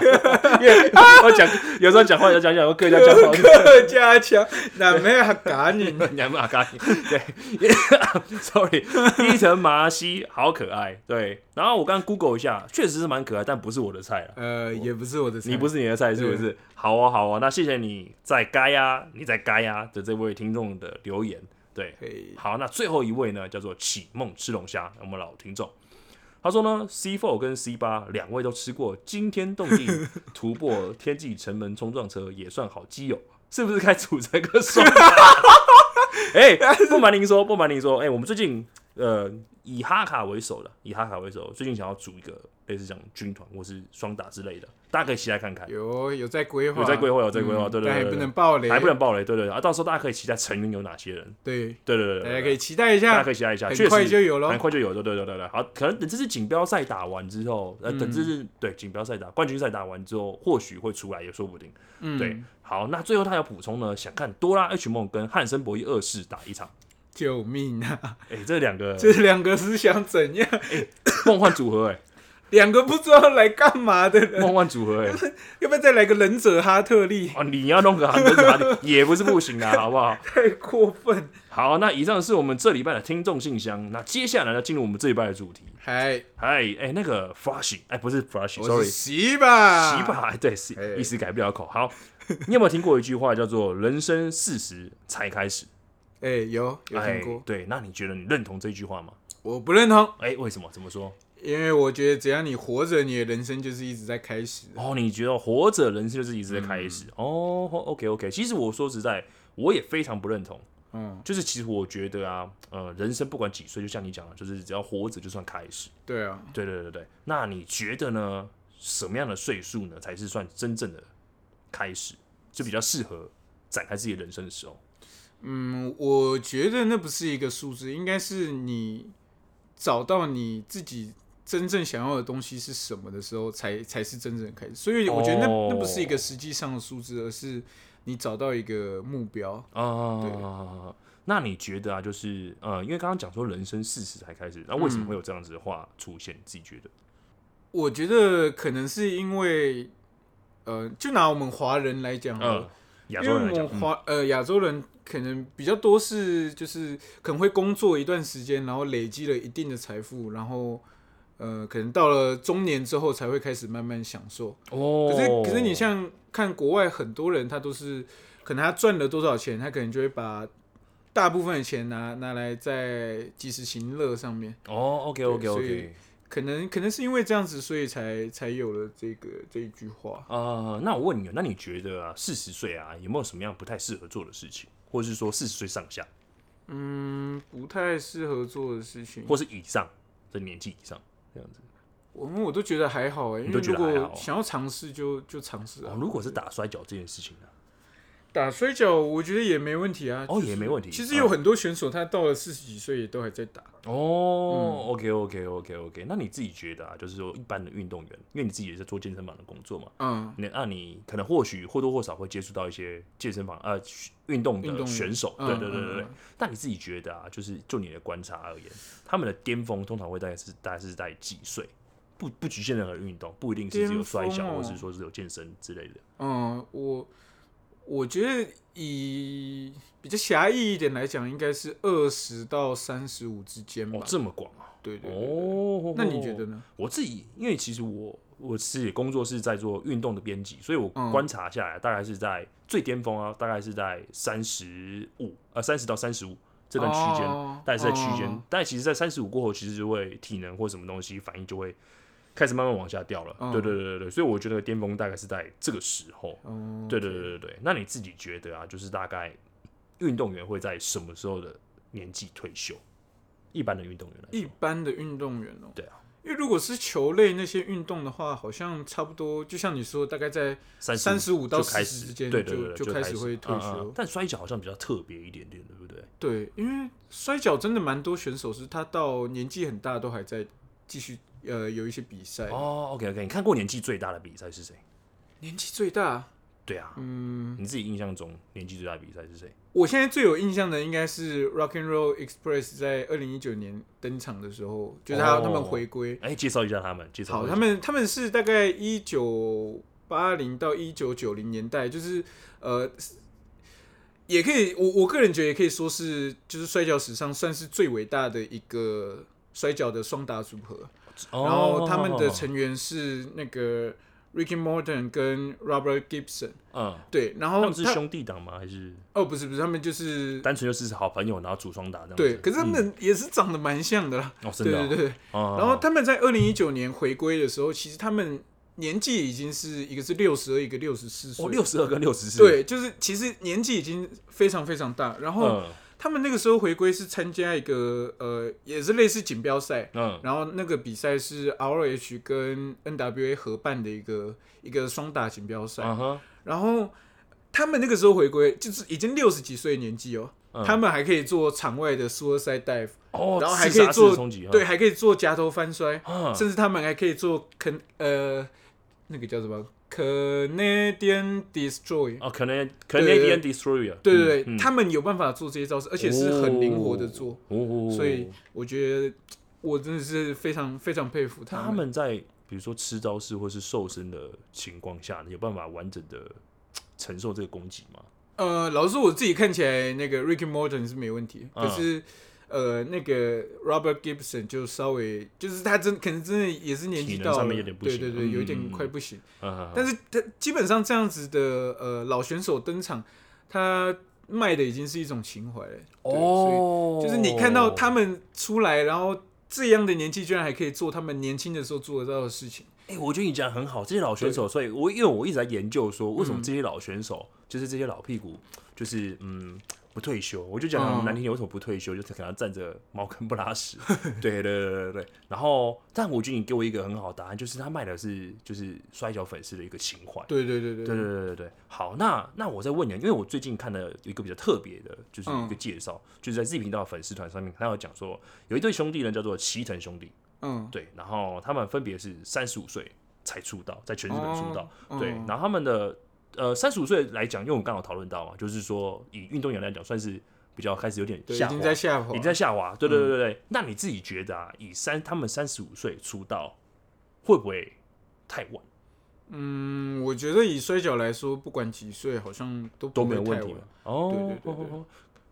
[SPEAKER 1] 因为我讲有时候讲话要讲讲客 [laughs] 家腔好
[SPEAKER 2] [laughs]
[SPEAKER 1] 像
[SPEAKER 2] 客家腔，那没有赶紧，
[SPEAKER 1] 你还没打卡你对 [laughs] ，sorry，伊藤麻希好可爱，对。然后我刚 Google 一下，确实是蛮可爱，但不是我的菜了。啊
[SPEAKER 2] 呃，也不是我的菜，
[SPEAKER 1] 你不
[SPEAKER 2] 是
[SPEAKER 1] 是你的菜是不是？好啊，好啊，那谢谢你在该呀，你在该呀的这位听众的留言，对，好，那最后一位呢，叫做启梦吃龙虾，我们老听众。他说呢，C four 跟 C 八两位都吃过，惊天动
[SPEAKER 2] [laughs]
[SPEAKER 1] 地突破天际城门冲撞车，也算好基友，是不是该组成个双打？ [laughs] 哎、不瞒您说，不瞒您说，哎、我们最近呃以哈卡为首的，以哈卡为首，最近想要组一个类似这样军团或是双打之类的，大家可以期待看看。
[SPEAKER 2] 有有在规划，
[SPEAKER 1] 有在规划有在规划
[SPEAKER 2] 嗯
[SPEAKER 1] 对对对
[SPEAKER 2] 但还
[SPEAKER 1] 对
[SPEAKER 2] 不
[SPEAKER 1] 对
[SPEAKER 2] 能爆雷，
[SPEAKER 1] 还不能爆雷，对对对，啊，到时候大家可以期待成员有哪些人，
[SPEAKER 2] 对，
[SPEAKER 1] 对对对对
[SPEAKER 2] 大
[SPEAKER 1] 对
[SPEAKER 2] 家
[SPEAKER 1] 对
[SPEAKER 2] 可以期待一
[SPEAKER 1] 大家
[SPEAKER 2] 下
[SPEAKER 1] 可，以期待一下，
[SPEAKER 2] 很
[SPEAKER 1] 确实
[SPEAKER 2] 快就有咯
[SPEAKER 1] 很快就有，对对对对对。好，可能等这次锦标赛打完之后，呃，等这
[SPEAKER 2] 嗯
[SPEAKER 1] 次对锦标赛打冠军赛打完之后，或许会出来也说不定。
[SPEAKER 2] 嗯，
[SPEAKER 1] 对，好，那最后他有补充呢，想看多拉 H 梦跟汉森博伊二世打
[SPEAKER 2] [laughs]
[SPEAKER 1] 一场，
[SPEAKER 2] 救命啊！ [laughs]
[SPEAKER 1] 哎，这两个
[SPEAKER 2] 这两个是想怎样？ [laughs]
[SPEAKER 1] 梦幻组合，哎，
[SPEAKER 2] 两个不知道来干嘛的人，
[SPEAKER 1] 梦幻
[SPEAKER 2] [laughs]
[SPEAKER 1] 组合，哎，
[SPEAKER 2] 要不要再来个忍者哈特利？
[SPEAKER 1] 哦，你要弄个韩国打的 [laughs] 也不是不行啊，好不好？
[SPEAKER 2] 太过分！
[SPEAKER 1] 好，那以上是我们这礼拜的听众信箱，那接下来呢，进入我们这礼拜的主题。
[SPEAKER 2] 嗨，
[SPEAKER 1] 嗨，哎，那个 Flushing，哎，不是
[SPEAKER 2] 我
[SPEAKER 1] Flushing，sorry，
[SPEAKER 2] 是洗吧，
[SPEAKER 1] 洗，吧，对，是
[SPEAKER 2] 哎
[SPEAKER 1] 一时改不了口。好，你有没有听过一句话叫做“人生四十才开始
[SPEAKER 2] 哎，有”？有
[SPEAKER 1] 哎
[SPEAKER 2] 听过，？
[SPEAKER 1] 对，那你觉得你认同这句话吗？
[SPEAKER 2] 我不认同，
[SPEAKER 1] 哎、为什么？怎么说？
[SPEAKER 2] 因为我觉得只要你活着，你的人生就是一直在开始。
[SPEAKER 1] 哦，你觉得活着人生就是一直在开始、
[SPEAKER 2] 嗯
[SPEAKER 1] 哦？OK OK，其实我说实在，我也非常不认同。
[SPEAKER 2] 嗯，
[SPEAKER 1] 就是其实我觉得啊，呃，人生不管几岁，就像你讲的，就是只要活着就算开始。
[SPEAKER 2] 对啊，
[SPEAKER 1] 对对对对，那你觉得呢？什么样的岁数呢，才是算真正的开始，就比较适合展开自己的人生的时候？
[SPEAKER 2] 嗯，我觉得那不是一个数字，应该是你找到你自己真正想要的东西是什么的时候才，才是真正的开始。所以我觉得那、
[SPEAKER 1] 哦
[SPEAKER 2] 那不是一个实际上的数字，而是你找到一个目标。
[SPEAKER 1] 啊，那你觉得啊，就是呃，因为刚刚讲说人生四十才开始，那为什么会有这样子的话出现？你自己觉得？
[SPEAKER 2] 我觉得可能是因为，呃，就拿我们华人来讲好了，
[SPEAKER 1] 嗯，亚
[SPEAKER 2] 因
[SPEAKER 1] 洲
[SPEAKER 2] 为
[SPEAKER 1] 人来
[SPEAKER 2] 我
[SPEAKER 1] 讲，
[SPEAKER 2] 们华呃亚洲人可能比较多是就是可能会工作一段时间，然后累积了一定的财富，然后呃可能到了中年之后才会开始慢慢享受。
[SPEAKER 1] 哦
[SPEAKER 2] 可是可是你像看国外很多人，他都是可能他赚了多少钱，他可能就会把大部分的钱拿拿来在及时行乐上面。
[SPEAKER 1] 哦，OK OK
[SPEAKER 2] 对所以
[SPEAKER 1] OK
[SPEAKER 2] 可能可能是因为这样子，所以才才有了这个这一句话。
[SPEAKER 1] 啊，那我问你，那你觉得啊，四十岁啊，有没有什么样不太适合做的事情，或是说四十岁上下，
[SPEAKER 2] 嗯，不太适合做的事情。
[SPEAKER 1] 或是以上的年纪以上这样子？
[SPEAKER 2] 我们我都觉得还好哎、
[SPEAKER 1] 你
[SPEAKER 2] 因
[SPEAKER 1] 都
[SPEAKER 2] 为
[SPEAKER 1] 觉
[SPEAKER 2] 如
[SPEAKER 1] 得还好
[SPEAKER 2] 果想要尝试就就尝试啊
[SPEAKER 1] 哦，。如果是打摔跤这件事情呢？
[SPEAKER 2] 打摔跤我觉得也没问题啊，
[SPEAKER 1] 哦
[SPEAKER 2] 就是
[SPEAKER 1] 也没问题
[SPEAKER 2] 其实有很多选手他到了四十几岁也都还在打。
[SPEAKER 1] 哦，OK OK OK OK，那你自己觉得啊，就是说一般的运动员，因为你自己也是做健身房的工作嘛，
[SPEAKER 2] 嗯，
[SPEAKER 1] 那那你可能或许或多或少会接触到一些健身房呃运动
[SPEAKER 2] 运动
[SPEAKER 1] 的
[SPEAKER 2] 员
[SPEAKER 1] 选手，
[SPEAKER 2] 嗯
[SPEAKER 1] 对对对
[SPEAKER 2] 嗯
[SPEAKER 1] 对对
[SPEAKER 2] 嗯。
[SPEAKER 1] 那你自己觉得啊，就是就你的观察而言，他们的巅峰通常会大概是大概是在几岁不不局限任何运动，不一定是只有摔跤，
[SPEAKER 2] 巅峰哦
[SPEAKER 1] 或是说是有健身之类的。
[SPEAKER 2] 嗯，我我觉得以比较狭义一点来讲，应该是二十到三十五之间吧。
[SPEAKER 1] 哦，这么广啊！
[SPEAKER 2] 对对对。
[SPEAKER 1] 哦，
[SPEAKER 2] 那你觉得？呢？
[SPEAKER 1] 我自己因为其实我我自己工作是在做运动的编辑，所以我
[SPEAKER 2] 嗯
[SPEAKER 1] 观察下来大概是在最巅峰啊，大概是在三十五呃三十到三十五这段区间，
[SPEAKER 2] 哦
[SPEAKER 1] 大概是在区间
[SPEAKER 2] 哦。
[SPEAKER 1] 但其实，在三十五过后，其实就会体能或什么东西反应就会开始慢慢往下掉了。
[SPEAKER 2] 嗯
[SPEAKER 1] 对对对对对，所以我觉得巅峰大概是在这个时候。
[SPEAKER 2] 哦，
[SPEAKER 1] 对对对对对，那你自己觉得啊，就是大概运动员会在什么时候的年纪退休？一般的运动员来
[SPEAKER 2] 一
[SPEAKER 1] 说，
[SPEAKER 2] 般的运动员哦、
[SPEAKER 1] 对啊，
[SPEAKER 2] 因为如果是球类那些运动的话，好像差不多，就像你说，大概在
[SPEAKER 1] 三
[SPEAKER 2] 三十五到
[SPEAKER 1] 就开
[SPEAKER 2] 四
[SPEAKER 1] 始
[SPEAKER 2] 十之间
[SPEAKER 1] 对
[SPEAKER 2] 就
[SPEAKER 1] 对对，
[SPEAKER 2] 就
[SPEAKER 1] 开
[SPEAKER 2] 开始会退
[SPEAKER 1] 嗯嗯
[SPEAKER 2] 休
[SPEAKER 1] 嗯。但摔跤好像比较特别一点点，对不对？
[SPEAKER 2] 对，因为摔跤真的蛮多选手是他到年纪很大都还在继续呃有一些比赛。
[SPEAKER 1] 哦，OK OK，你看过年纪最大的比赛是谁？
[SPEAKER 2] 年纪最大，
[SPEAKER 1] 对啊，
[SPEAKER 2] 嗯，
[SPEAKER 1] 你自己印象中年纪最大的比赛是谁？
[SPEAKER 2] 我现在最有印象的应该是 Rock and Roll Express 在二零一九年登场的时候，就是他
[SPEAKER 1] 哦
[SPEAKER 2] 他们回归。
[SPEAKER 1] 哎，介绍一下他们，介绍
[SPEAKER 2] 好，
[SPEAKER 1] 一下
[SPEAKER 2] 他们他们是大概一九八零到一九九零年代，就是呃，也可以，我我个人觉得也可以说是，就是摔跤史上算是最伟大的一个摔跤的双打组合。
[SPEAKER 1] 哦
[SPEAKER 2] 然后他们的成员是那个 Ricky Morton 跟 Robert Gibson。
[SPEAKER 1] 嗯，
[SPEAKER 2] 对，然
[SPEAKER 1] 他
[SPEAKER 2] 后
[SPEAKER 1] 们是
[SPEAKER 2] 他
[SPEAKER 1] 兄弟党吗？还是
[SPEAKER 2] 哦，不是不是，他们就是
[SPEAKER 1] 单纯就是好朋友，然后组双打这样子？
[SPEAKER 2] 对，可是他
[SPEAKER 1] 嗯
[SPEAKER 2] 们也是长得蛮像的啦。
[SPEAKER 1] 哦，真
[SPEAKER 2] 对
[SPEAKER 1] 的
[SPEAKER 2] 对
[SPEAKER 1] 哦，
[SPEAKER 2] 对，
[SPEAKER 1] 然
[SPEAKER 2] 然后他们在二零一九年回归的时候，其实他们年纪已经是一个是六十二，一个六十四岁。
[SPEAKER 1] 哦，六十二跟六十四，，
[SPEAKER 2] 对，就是其实年纪已经非常非常大。然后
[SPEAKER 1] 嗯
[SPEAKER 2] 他们那个时候回归是参加一个呃，也是类似锦标赛，
[SPEAKER 1] 嗯，
[SPEAKER 2] 然后那个比赛是 ROH 跟 NWA 合办的一个一个双打锦标赛。
[SPEAKER 1] 嗯哼，
[SPEAKER 2] 然后他们那个时候回归，就是已经六十几岁的年纪哦，
[SPEAKER 1] 嗯
[SPEAKER 2] 他们还可以做场外的 suicide dive，、
[SPEAKER 1] 哦，
[SPEAKER 2] 然后还
[SPEAKER 1] 自杀
[SPEAKER 2] 可以做
[SPEAKER 1] 式冲击，
[SPEAKER 2] 对，还可以做夹头翻摔，
[SPEAKER 1] 嗯，
[SPEAKER 2] 甚至他们还可以做 can 呃那个叫什么 Canadian destroy。
[SPEAKER 1] 哦，可能可
[SPEAKER 2] 对
[SPEAKER 1] 能 a d
[SPEAKER 2] 对
[SPEAKER 1] n Destroyer，
[SPEAKER 2] 对对对，
[SPEAKER 1] 嗯嗯
[SPEAKER 2] 他们有办法做这些招式，而且是很灵活的做，
[SPEAKER 1] 哦哦
[SPEAKER 2] 所以我觉得我真的是非常非常佩服他
[SPEAKER 1] 他们在比如说吃招式或是瘦身的情况下，有办法完整的承受这个攻击吗？
[SPEAKER 2] 呃，老实说，我自己看起来那个 Ricky Morton 是没问题，
[SPEAKER 1] 嗯
[SPEAKER 2] 可是呃，那个 Robert Gibson 就稍微就是他真可能真的也是年纪
[SPEAKER 1] 体能
[SPEAKER 2] 到
[SPEAKER 1] 上
[SPEAKER 2] 了
[SPEAKER 1] 面有点，不
[SPEAKER 2] 对
[SPEAKER 1] 行
[SPEAKER 2] 对
[SPEAKER 1] 了
[SPEAKER 2] 对，有一
[SPEAKER 1] 嗯
[SPEAKER 2] 点
[SPEAKER 1] 嗯
[SPEAKER 2] 快不行。
[SPEAKER 1] 嗯，
[SPEAKER 2] 但是他基本上这样子的呃老选手登场，他卖的已经是一种情怀了。对
[SPEAKER 1] 哦
[SPEAKER 2] 所以就是你看到他，们出来，然后这样的年纪居然还可以做他们年轻的时候做得到的事情。
[SPEAKER 1] 哎、我觉得你讲得很好，这些老选手，所以我因为我一直在研究说，为什
[SPEAKER 2] 嗯
[SPEAKER 1] 么这些老选手，就是这些老屁股，就是嗯。不退休，我就讲
[SPEAKER 2] 嗯
[SPEAKER 1] 得很难听点，为什么不退休？就是可能站着茅坑不拉屎。 [laughs] 对对对对对。然后，但我觉得你给我一个很好的答案，就是他卖的是就是摔跤粉丝的一个情怀。
[SPEAKER 2] 对对对对
[SPEAKER 1] 对对对对对，好，那那我再问你，啊因为我最近看了有一个比较特别的，就是
[SPEAKER 2] 嗯
[SPEAKER 1] 一个介绍，就是在 Z 频道的粉丝团上面，他有讲说有一对兄弟呢叫做齐藤兄弟，
[SPEAKER 2] 嗯，
[SPEAKER 1] 对，然后他们分别是三十五岁才出道，在全日本出道，
[SPEAKER 2] 哦
[SPEAKER 1] 对
[SPEAKER 2] 嗯，
[SPEAKER 1] 然后他们的呃三十五岁来讲，因为我们刚好讨论到嘛，就是说以运动员来讲，算是比较开始有点
[SPEAKER 2] 对，已
[SPEAKER 1] 下滑，
[SPEAKER 2] 经在下滑，嗯
[SPEAKER 1] 已经在下滑，对对对对对，那你自己觉得啊，以三他们三十五岁出道会不会太晚？
[SPEAKER 2] 嗯，我觉得以摔跤来说，不管几岁，好像都
[SPEAKER 1] 都
[SPEAKER 2] 不
[SPEAKER 1] 没
[SPEAKER 2] 会
[SPEAKER 1] 有问
[SPEAKER 2] 太
[SPEAKER 1] 题
[SPEAKER 2] 晚
[SPEAKER 1] 嘛。哦，
[SPEAKER 2] 对对对对
[SPEAKER 1] 哦哦哦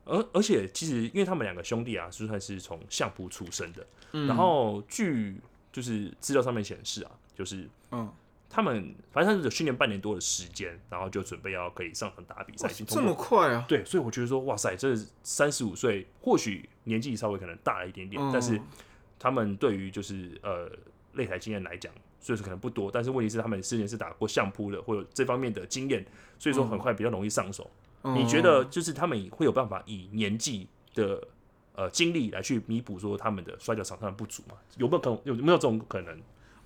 [SPEAKER 1] 而而且其实因为他们两个兄弟啊，就算是从相扑出生的，
[SPEAKER 2] 嗯
[SPEAKER 1] 然后据就是资料上面显示啊，就是
[SPEAKER 2] 嗯，
[SPEAKER 1] 他们反正他们有训练半年多的时间，然后就准备要可以上场打比赛，
[SPEAKER 2] 哇
[SPEAKER 1] 已经
[SPEAKER 2] 这
[SPEAKER 1] 通
[SPEAKER 2] 么
[SPEAKER 1] 过。
[SPEAKER 2] 快啊！
[SPEAKER 1] 对，所以我觉得说，哇塞，这三十五岁或许年纪稍微可能大了一点点，
[SPEAKER 2] 嗯
[SPEAKER 1] 但是他们对于就是呃擂台经验来讲，所以说可能不多，但是问题是他们之前是打过相扑的，或者这方面的经验，所以说很快比较容易上手。
[SPEAKER 2] 嗯
[SPEAKER 1] 你觉得就是他们会有办法以年纪的呃经历来去弥补说他们的摔跤场上的不足吗？有没有可能有有没有这种可能？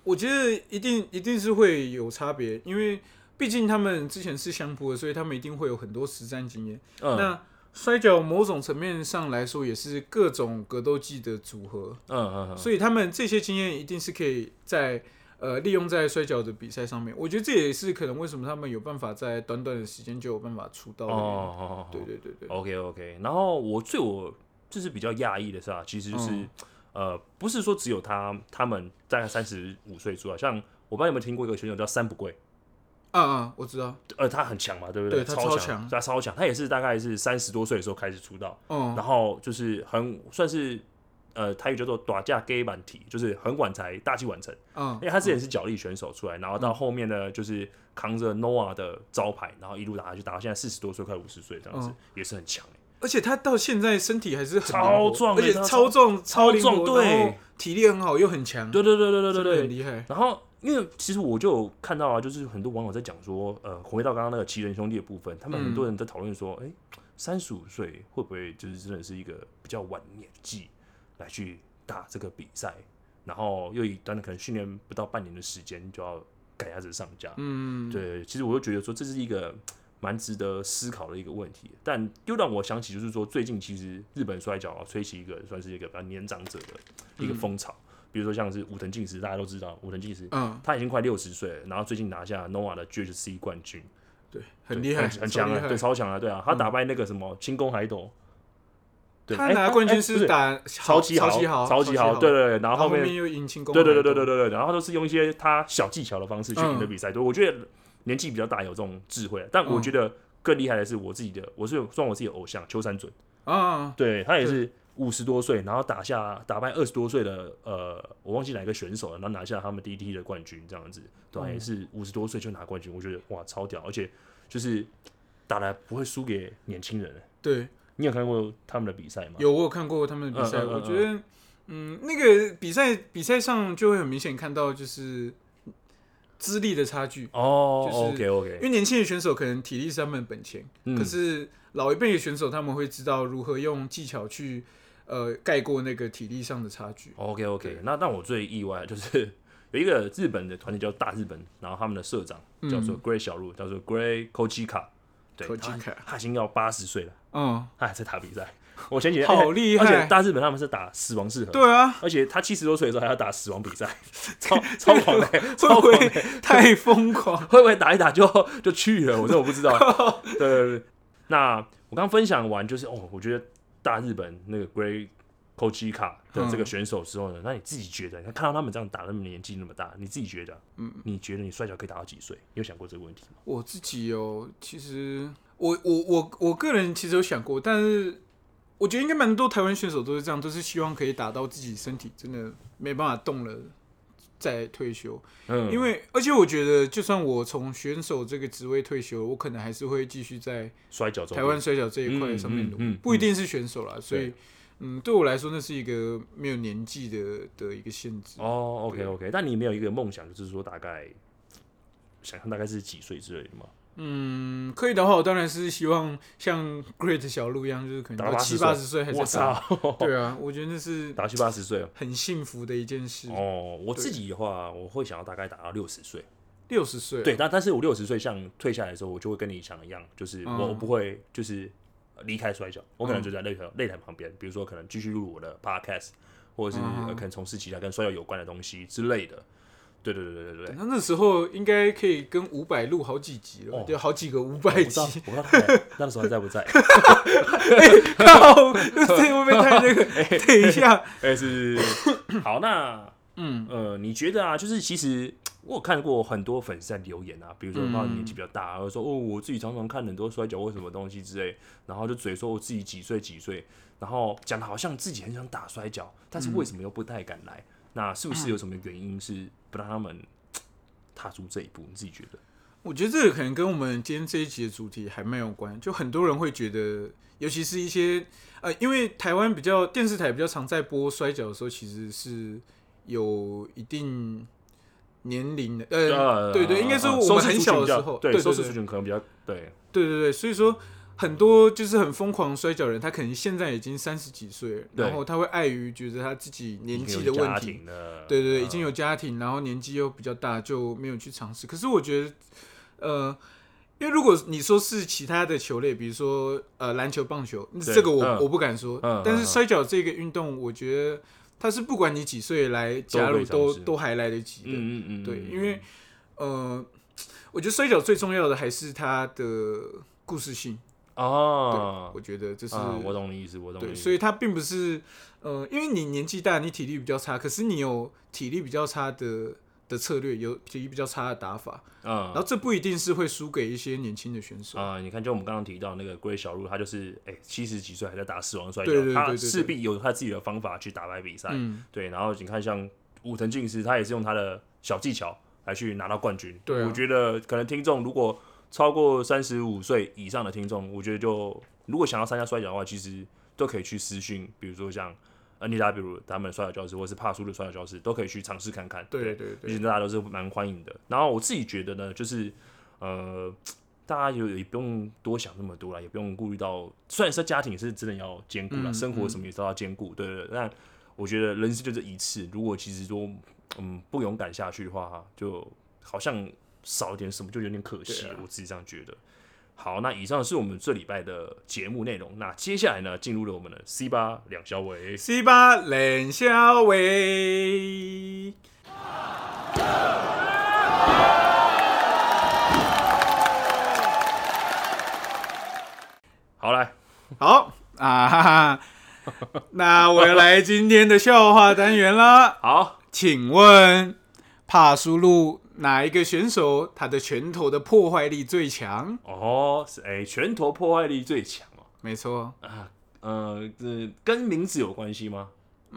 [SPEAKER 2] 我觉得一定一定是会有差别，因为毕竟他们之前是相扑的，所以他们一定会有很多实战经验。
[SPEAKER 1] 嗯
[SPEAKER 2] 那摔跤某种层面上来说，也是各种格斗技的组合，
[SPEAKER 1] 嗯嗯嗯，
[SPEAKER 2] 所以他们这些经验一定是可以在呃利用在摔跤的比赛上面。我觉得这也是可能为什么他们有办法在短短的时间就有办法出道
[SPEAKER 1] 哦
[SPEAKER 2] 的原因。
[SPEAKER 1] 哦哦，
[SPEAKER 2] 对对对对，
[SPEAKER 1] ，OK OK。然后我最我就是比较讶异的是啊，其实就是、
[SPEAKER 2] 嗯
[SPEAKER 1] 呃，不是说只有他他们在三十五岁之外，像我不知道有没有听过一个选手叫三不贵，
[SPEAKER 2] 啊啊，我知道，
[SPEAKER 1] 呃，他很强嘛，对不
[SPEAKER 2] 对他
[SPEAKER 1] 超
[SPEAKER 2] 超
[SPEAKER 1] 强
[SPEAKER 2] 强，
[SPEAKER 1] 他超强，他也是大概是三十多岁的时候开始出道，
[SPEAKER 2] 嗯，
[SPEAKER 1] 然后就是很算是呃台语叫做打架 gay 版体，就是很晚才大器晚成。
[SPEAKER 2] 嗯
[SPEAKER 1] 因，为他之前是脚力选手出来，然后到后面呢，就是扛着 Noah 的招牌，然后一路打下去，打到现在四十多岁，快五十岁这样子，
[SPEAKER 2] 嗯
[SPEAKER 1] 也是很强、欸。
[SPEAKER 2] 而且他到现在身体还是很
[SPEAKER 1] 超
[SPEAKER 2] 灵活
[SPEAKER 1] 壮
[SPEAKER 2] 而
[SPEAKER 1] 的
[SPEAKER 2] 且
[SPEAKER 1] 他
[SPEAKER 2] 超壮、
[SPEAKER 1] 超
[SPEAKER 2] 超灵活，
[SPEAKER 1] 壮对
[SPEAKER 2] 然后体力很好又很强，
[SPEAKER 1] 对对对对对
[SPEAKER 2] 真
[SPEAKER 1] 对
[SPEAKER 2] 的很
[SPEAKER 1] 对。
[SPEAKER 2] 厉害。
[SPEAKER 1] 然后，因为其实我就有看到啊，就是很多网友在讲说，呃，回到刚刚那个奇人兄弟的部分，他们
[SPEAKER 2] 嗯
[SPEAKER 1] 很多人在讨论说，哎、三十五岁会不会就是真的是一个比较晚年纪来去打这个比赛，然后又以短短可能训练不到半年的时间就要赶鸭子上架，
[SPEAKER 2] 嗯，
[SPEAKER 1] 对，其实我就觉得说这是一个蛮值得思考的一个问题，但又让我想起就是说最近其实日本摔跤啊吹起一个算是一个比较年长者的一个风潮，比如说像是武藤敬司，大家都知道武藤敬司。
[SPEAKER 2] 嗯嗯，
[SPEAKER 1] 他已经快六十岁了，然后最近拿下 NOAH 的 GHC 冠军，
[SPEAKER 2] 对，很
[SPEAKER 1] 对
[SPEAKER 2] 厉害，
[SPEAKER 1] 很很
[SPEAKER 2] 超
[SPEAKER 1] 强
[SPEAKER 2] 厉
[SPEAKER 1] 啊，
[SPEAKER 2] 害嗯
[SPEAKER 1] 对，。超强啊，对啊，他打败那个什么轻功海斗，对，
[SPEAKER 2] 他
[SPEAKER 1] 哎
[SPEAKER 2] 拿
[SPEAKER 1] 哎
[SPEAKER 2] 冠
[SPEAKER 1] 哎
[SPEAKER 2] 军
[SPEAKER 1] 不
[SPEAKER 2] 是打
[SPEAKER 1] 超
[SPEAKER 2] 超
[SPEAKER 1] 级
[SPEAKER 2] 超级
[SPEAKER 1] 豪，
[SPEAKER 2] 豪，
[SPEAKER 1] 超
[SPEAKER 2] 超
[SPEAKER 1] 级
[SPEAKER 2] 豪，
[SPEAKER 1] 对对对，然后
[SPEAKER 2] 然后
[SPEAKER 1] 后面
[SPEAKER 2] 又赢轻功，
[SPEAKER 1] 对对对对对对对，然后都是用一些他小技巧的方式去赢得
[SPEAKER 2] 嗯
[SPEAKER 1] 比赛。对，我觉得年纪比较大有这种智慧，啊但我
[SPEAKER 2] 嗯
[SPEAKER 1] 觉得更厉害的是我自己的，我是算我自己的偶像秋山准，
[SPEAKER 2] 啊啊，
[SPEAKER 1] 对他也是五十多岁，然后打下打败二十多岁的呃，我忘记哪个选手了，然后拿下他们 DT 的冠军，这样子，对啊，
[SPEAKER 2] 嗯
[SPEAKER 1] 也是五十多岁就拿冠军，我觉得哇超屌，而且就是打来不会输给年轻人。
[SPEAKER 2] 对，
[SPEAKER 1] 你有看过他们的比赛吗？
[SPEAKER 2] 有我有看过他们的比赛，
[SPEAKER 1] 嗯嗯嗯嗯嗯
[SPEAKER 2] 我觉得，嗯，那个比赛比赛上就会很明显看到就是资历的差距，
[SPEAKER 1] 哦、o
[SPEAKER 2] 就是
[SPEAKER 1] k
[SPEAKER 2] 因
[SPEAKER 1] OK，
[SPEAKER 2] 为年轻的选手可能体力是他们的本钱，
[SPEAKER 1] 嗯
[SPEAKER 2] 可是老一辈的选手他们会知道如何用技巧去呃盖过那个体力上的差距。
[SPEAKER 1] OK
[SPEAKER 2] 对
[SPEAKER 1] OK，那让我最意外的就是 [laughs] 有一个日本的团体叫大日本，然后他们的社长叫做 Gray 小鹿，叫做 Gray Kochika，对
[SPEAKER 2] 嗯 Kochika
[SPEAKER 1] 他他已经要八十岁了，
[SPEAKER 2] 嗯，
[SPEAKER 1] 他还在打比赛。我前几天
[SPEAKER 2] 好厉害
[SPEAKER 1] 而且大日本他们是打死亡适合，
[SPEAKER 2] 对啊，
[SPEAKER 1] 而且他七十多岁的时候还要打死亡比
[SPEAKER 2] [laughs]
[SPEAKER 1] 赛，超超狂的、
[SPEAKER 2] 会
[SPEAKER 1] 超
[SPEAKER 2] 不
[SPEAKER 1] 狂的、
[SPEAKER 2] 会太疯狂？
[SPEAKER 1] 会不会打一打就就去了？我这我不知 [laughs] 道。对对对，那我刚分享完就是哦，我觉得大日本那个 Gray Kochika 的这个选手之后呢，那你自己觉得，看到他们这样打，那么年纪那么大，你自己觉得，嗯，你觉得你摔跤可以打到几岁？你有想过这个问题吗？
[SPEAKER 2] 我自己哦，其实我我我我个人其实有想过，但是我觉得应该蛮多台湾选手都是这样，都是希望可以打到自己身体真的没办法动了再退休。
[SPEAKER 1] 嗯，
[SPEAKER 2] 因为而且我觉得，就算我从选手这个职位退休，我可能还是会继续在
[SPEAKER 1] 摔跤中
[SPEAKER 2] 台湾摔跤这一块上面努力，
[SPEAKER 1] 嗯嗯嗯嗯
[SPEAKER 2] 不一定是选手啦，所以。嗯，对我来说，那是一个没有年纪的的一个限制。
[SPEAKER 1] 哦，OK OK，但你没有一个梦想，就是说大概想象大概是几岁之类的吗？
[SPEAKER 2] 嗯，可以的话，我当然是希望像 Great 小鹿一样，就是可能
[SPEAKER 1] 打
[SPEAKER 2] 到
[SPEAKER 1] 到
[SPEAKER 2] 七
[SPEAKER 1] 80
[SPEAKER 2] 八十岁还在
[SPEAKER 1] 我
[SPEAKER 2] 打。
[SPEAKER 1] 操，
[SPEAKER 2] 对啊，我觉得那是
[SPEAKER 1] 打去八十 [laughs] 岁哦。
[SPEAKER 2] 很幸福的一件事。
[SPEAKER 1] 哦，我自己的话，我会想要大概打到六十岁。
[SPEAKER 2] 六十岁，啊
[SPEAKER 1] 对，但但是我六十岁像退下来的时候，我就会跟你想的一样，就是我、
[SPEAKER 2] 嗯
[SPEAKER 1] 我不会就是呃离开摔跤，我可能
[SPEAKER 2] 嗯
[SPEAKER 1] 就在擂台擂台旁边，比如说可能继续录我的 podcast，或者是、
[SPEAKER 2] 嗯
[SPEAKER 1] 呃可能从事其他跟摔跤有关的东西之类的。对对对对对对。
[SPEAKER 2] 那那时候应该可以跟五百录好几集了，
[SPEAKER 1] 哦
[SPEAKER 2] 就好几个五
[SPEAKER 1] 我
[SPEAKER 2] 百
[SPEAKER 1] 不知
[SPEAKER 2] [laughs]
[SPEAKER 1] 道，
[SPEAKER 2] 集。
[SPEAKER 1] 我不知道他还那时候还在
[SPEAKER 2] [laughs]
[SPEAKER 1] 不 [laughs] 在？
[SPEAKER 2] 靠，这会不会太那
[SPEAKER 1] [laughs]
[SPEAKER 2] 个？等一下，[coughs]
[SPEAKER 1] 哎，是好，那
[SPEAKER 2] 嗯
[SPEAKER 1] 呃，你觉得啊，就是其实我有看过很多粉丝在留言啊，比如说
[SPEAKER 2] 嗯
[SPEAKER 1] 他年纪比较大，然后说哦，我自己常常看很多摔跤或什么东西之类，然后就嘴说我自己几岁几岁，然后讲的好像自己很想打摔跤，但是
[SPEAKER 2] 嗯
[SPEAKER 1] 为什么又不太敢来？那是不是有什么原因是不让他们踏出这一步？你自己觉得？
[SPEAKER 2] 我觉得这个可能跟我们今天这一集的主题还蛮有关。就很多人会觉得，呃尤其是一些呃，因为台湾比较电视台比较常在播摔跤的时候，其实是有一定年龄的，呃，对对应该说
[SPEAKER 1] 呃
[SPEAKER 2] 我们
[SPEAKER 1] 收视
[SPEAKER 2] 很
[SPEAKER 1] 族
[SPEAKER 2] 小的
[SPEAKER 1] 群比较
[SPEAKER 2] 时候
[SPEAKER 1] 对
[SPEAKER 2] 对对
[SPEAKER 1] 收视
[SPEAKER 2] 对
[SPEAKER 1] 族群可能比较对，
[SPEAKER 2] 对对对，所以说很多就是很疯狂的摔跤人，他可能现在已经三十几岁了，
[SPEAKER 1] 对
[SPEAKER 2] 然后他会碍于觉得他自己年纪的问题，
[SPEAKER 1] 了，
[SPEAKER 2] 对对对，
[SPEAKER 1] 嗯
[SPEAKER 2] 已经有家庭，然后年纪又比较大，就没有去尝试。可是我觉得，呃，因为如果你说是其他的球类，比如说呃篮球、棒球，
[SPEAKER 1] 对
[SPEAKER 2] 这个我、
[SPEAKER 1] 嗯
[SPEAKER 2] 我不敢说，
[SPEAKER 1] 嗯
[SPEAKER 2] 但
[SPEAKER 1] 嗯
[SPEAKER 2] 是摔跤这个运动，我觉得它是不管你几岁来加入，
[SPEAKER 1] 都可以
[SPEAKER 2] 都
[SPEAKER 1] 尝试
[SPEAKER 2] 都还来得及的。
[SPEAKER 1] 嗯嗯嗯，
[SPEAKER 2] 对，
[SPEAKER 1] 嗯
[SPEAKER 2] 因为呃，我觉得摔跤最重要的还是它的故事性。
[SPEAKER 1] 嗯哦，
[SPEAKER 2] 我觉得这是、
[SPEAKER 1] 啊，我懂你意思，我懂你
[SPEAKER 2] 对，
[SPEAKER 1] 意
[SPEAKER 2] 所
[SPEAKER 1] 思。
[SPEAKER 2] 以他并不是，呃，因为你年纪大，你体力比较差，可是你有体力比较差的的策略，有体力比较差的打法，然
[SPEAKER 1] 嗯
[SPEAKER 2] 后这不一定是会输给一些年轻的选手。
[SPEAKER 1] 啊、你看，就我们刚刚提到那个龟小鹿，他就是哎七十几岁还在打死亡摔
[SPEAKER 2] 对对
[SPEAKER 1] 跤，
[SPEAKER 2] 对
[SPEAKER 1] 他
[SPEAKER 2] 对对
[SPEAKER 1] 势必有他自己的方法去打败比赛。
[SPEAKER 2] 嗯，
[SPEAKER 1] 对，然后你看像武藤敬司，他也是用他的小技巧来去拿到冠军。
[SPEAKER 2] 对啊
[SPEAKER 1] 我觉得可能听众如果超过三十五岁以上的听众，我觉得就如果想要参加摔跤的话，其实都可以去私讯，比如说像 N D W 他们的摔跤教室，或是帕苏的摔跤教室，都可以去尝试看看。
[SPEAKER 2] 对对
[SPEAKER 1] 毕
[SPEAKER 2] 对，
[SPEAKER 1] 竟大家都是蛮欢迎的。然后我自己觉得呢，就是呃，大家有也不用多想那么多了，也不用顾虑到，虽然说家庭是真的要兼顾了，
[SPEAKER 2] 嗯
[SPEAKER 1] 生活什么也都要兼顾，对对对。但我觉得人生就这一次，如果其实说嗯不勇敢下去的话，就好像少一点什么，就有点可惜。
[SPEAKER 2] 对啊
[SPEAKER 1] 我自己这样觉得。好，那以上是我们这礼拜的节目内容。那接下来呢，进入了我们的 C 八两小伟。
[SPEAKER 2] 西巴冷笑伟，
[SPEAKER 1] 好来，
[SPEAKER 2] 好啊哈哈，那我要来今天的笑话单元啦。
[SPEAKER 1] 好，
[SPEAKER 2] 请问帕苏路哪一个选手他的拳头的破坏力最强？
[SPEAKER 1] 哦，是哎、拳头破坏力最强哦。
[SPEAKER 2] 没错，
[SPEAKER 1] 啊，呃，这跟名字有关系吗？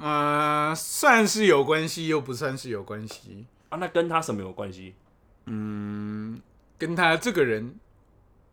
[SPEAKER 2] 呃，算是有关系，又不算是有关系。
[SPEAKER 1] 啊，那跟他什么有关 [laughs] 系？
[SPEAKER 2] 嗯，跟他这个人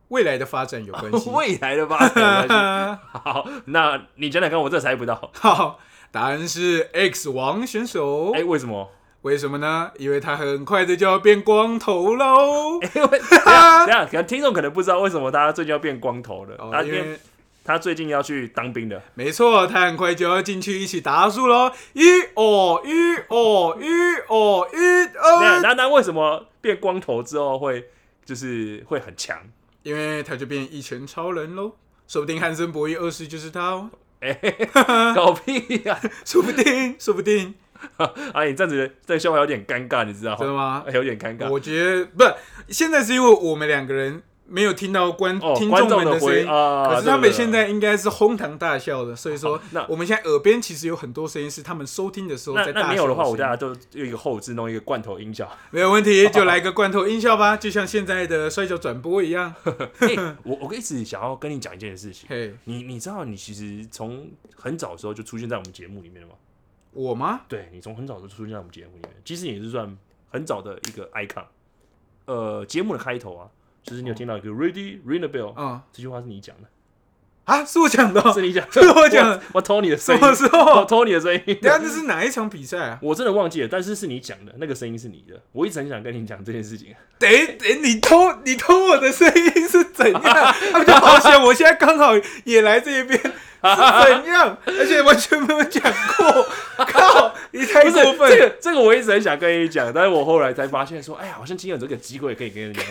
[SPEAKER 2] 未来的发展有关系。
[SPEAKER 1] [laughs]
[SPEAKER 2] 呃
[SPEAKER 1] 未来的发展有关系。好，那你讲讲看，我这猜不到。
[SPEAKER 2] 好，答案是 X 王选手。
[SPEAKER 1] 哎、为什么？
[SPEAKER 2] 为什么呢？因为他很快的就要变光头喽。
[SPEAKER 1] [laughs] 因为 [laughs] 等一下，等一下，可能听众可能不知道为什么他最近要变光头了。
[SPEAKER 2] 哦
[SPEAKER 1] 他，
[SPEAKER 2] 因
[SPEAKER 1] 因为啊
[SPEAKER 2] 为
[SPEAKER 1] 他最近要去当 [laughs] 兵的。
[SPEAKER 2] 没错，他很快就要进去一起打数喽。一哦一哦一哦一
[SPEAKER 1] 那
[SPEAKER 2] 哦，
[SPEAKER 1] 那那为什么变光头之后会就是会很强？
[SPEAKER 2] 因为他就变一拳超人喽。说不定汉森博伊二世就是他哦，
[SPEAKER 1] 哎、 [laughs] 搞屁呀、
[SPEAKER 2] 说不定，说不定。
[SPEAKER 1] 啊！你这样子这个笑话有点尴尬，你知道
[SPEAKER 2] 真的
[SPEAKER 1] 吗？哎
[SPEAKER 2] 吗？
[SPEAKER 1] 有点尴尬。
[SPEAKER 2] 我觉得不，现在是因为我们两个人没有听到观、
[SPEAKER 1] 哦，
[SPEAKER 2] 听
[SPEAKER 1] 观
[SPEAKER 2] 众
[SPEAKER 1] 众
[SPEAKER 2] 们的声
[SPEAKER 1] 回
[SPEAKER 2] 音，
[SPEAKER 1] 啊，
[SPEAKER 2] 可是他
[SPEAKER 1] 对
[SPEAKER 2] 们
[SPEAKER 1] 不对
[SPEAKER 2] 现在应该是哄堂大笑的，所以说
[SPEAKER 1] 好那
[SPEAKER 2] 我们现在耳边其实有很多声音是他们收听的时候
[SPEAKER 1] 那
[SPEAKER 2] 在大
[SPEAKER 1] 那
[SPEAKER 2] 笑
[SPEAKER 1] 没有的话，我
[SPEAKER 2] 声
[SPEAKER 1] 大
[SPEAKER 2] 音
[SPEAKER 1] 家就用一个后置弄一个罐头 [laughs] 音效。
[SPEAKER 2] 没有问题，就来个罐头音效吧， [laughs] 就像现在的摔跤转播一样。
[SPEAKER 1] 嘿哎我我一直想要跟你讲一件事情，
[SPEAKER 2] 嘿，
[SPEAKER 1] 你你知道你其实从很早的时候就出现在我们节目里面了吗？
[SPEAKER 2] 我吗？
[SPEAKER 1] 对你从很早就出现在我们节目里面，其实也是算很早的一个 icon。呃，节目的开头啊，就是
[SPEAKER 2] 哦
[SPEAKER 1] 你有听到一个 “ready ring the bell”、
[SPEAKER 2] 嗯
[SPEAKER 1] 这句话是你讲的，
[SPEAKER 2] 啊，是我讲的哦，
[SPEAKER 1] [laughs] 是你讲，
[SPEAKER 2] 是我讲的
[SPEAKER 1] 我，我偷你的声
[SPEAKER 2] 什
[SPEAKER 1] 音，
[SPEAKER 2] 么时
[SPEAKER 1] 我
[SPEAKER 2] 候？
[SPEAKER 1] 偷你的声音
[SPEAKER 2] 等
[SPEAKER 1] [laughs]
[SPEAKER 2] 一，下这是哪一场比赛啊？
[SPEAKER 1] 我真的忘记了，但是是你讲的，那个声音是你的，我一直很想跟你讲这件事情。
[SPEAKER 2] 等一等，你偷你偷我的声音是怎
[SPEAKER 1] [laughs]
[SPEAKER 2] 样？他们就好险，我现在刚好也来这一边，是怎样？而且完全没有讲过，靠，你太
[SPEAKER 1] 不
[SPEAKER 2] 过
[SPEAKER 1] 是这
[SPEAKER 2] 分！
[SPEAKER 1] 个，这个我一直很想跟你讲，但是我后来才发现说，哎呀，好像今天有这个机会可以跟
[SPEAKER 2] [laughs]
[SPEAKER 1] 你讲。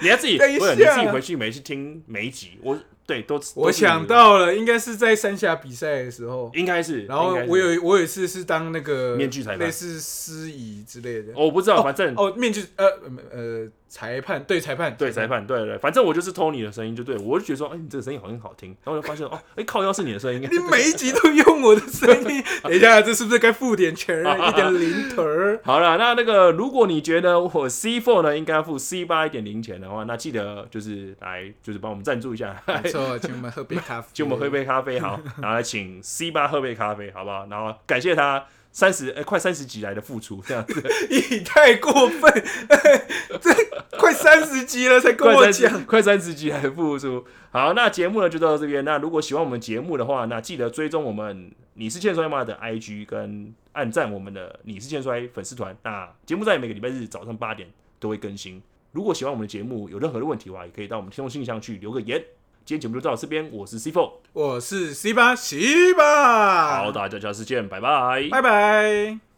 [SPEAKER 1] 你要自己，
[SPEAKER 2] 等一下
[SPEAKER 1] 不是你自己回去每去听每一集，我对都是
[SPEAKER 2] 我想，到了，应该是在三峡比赛的时候
[SPEAKER 1] 都是你的，应该是，
[SPEAKER 2] 然后
[SPEAKER 1] 应该是
[SPEAKER 2] 我有我有一次是当那个
[SPEAKER 1] 面具裁判
[SPEAKER 2] 类似司仪之类的。
[SPEAKER 1] 哦我不知道，反正
[SPEAKER 2] 哦，面具呃呃裁判对裁判
[SPEAKER 1] 对裁判，对对，反正我就是偷你的声音就对了，我就觉得说，哎，你这个声音好像很好听，然后我就发现哦，哎，靠腰是你的
[SPEAKER 2] [laughs]
[SPEAKER 1] 声音，
[SPEAKER 2] 你每一集都用我的声
[SPEAKER 1] [laughs]
[SPEAKER 2] 音，等一下，这是不是该付点钱啊？一点零头儿？
[SPEAKER 1] 好了，那那个，如果你觉得我 C four 呢应该付 C 八一点零钱的话，那记得就是来就是帮我们赞助一下，
[SPEAKER 2] 没错，请我们喝杯咖啡，
[SPEAKER 1] 请我们喝一杯咖啡好，然后来请 C 八喝杯咖啡好不好？然后感谢他三十、呃快三十集来的付出，这样子
[SPEAKER 2] 你太过分， [laughs] 这快三十集了才 [laughs] 跟
[SPEAKER 1] 快
[SPEAKER 2] 我
[SPEAKER 1] 三十
[SPEAKER 2] 讲。
[SPEAKER 1] [laughs] 快三十集来的付出。好，那节目呢就到这边。那如果喜欢我们节目的话，那记得追踪我们你是欠摔吗的 IG 跟按赞我们的你是欠摔粉丝团。那节目在每个礼拜日早上八点都会更新。如果喜欢我们的节目，有任何的问题的话，也可以到我们听众信箱去留个言。今天节目就到这边，我是 C Four，
[SPEAKER 2] 我是 C 八 C 八，啊
[SPEAKER 1] 好，，大家下次见，拜拜。
[SPEAKER 2] 拜拜。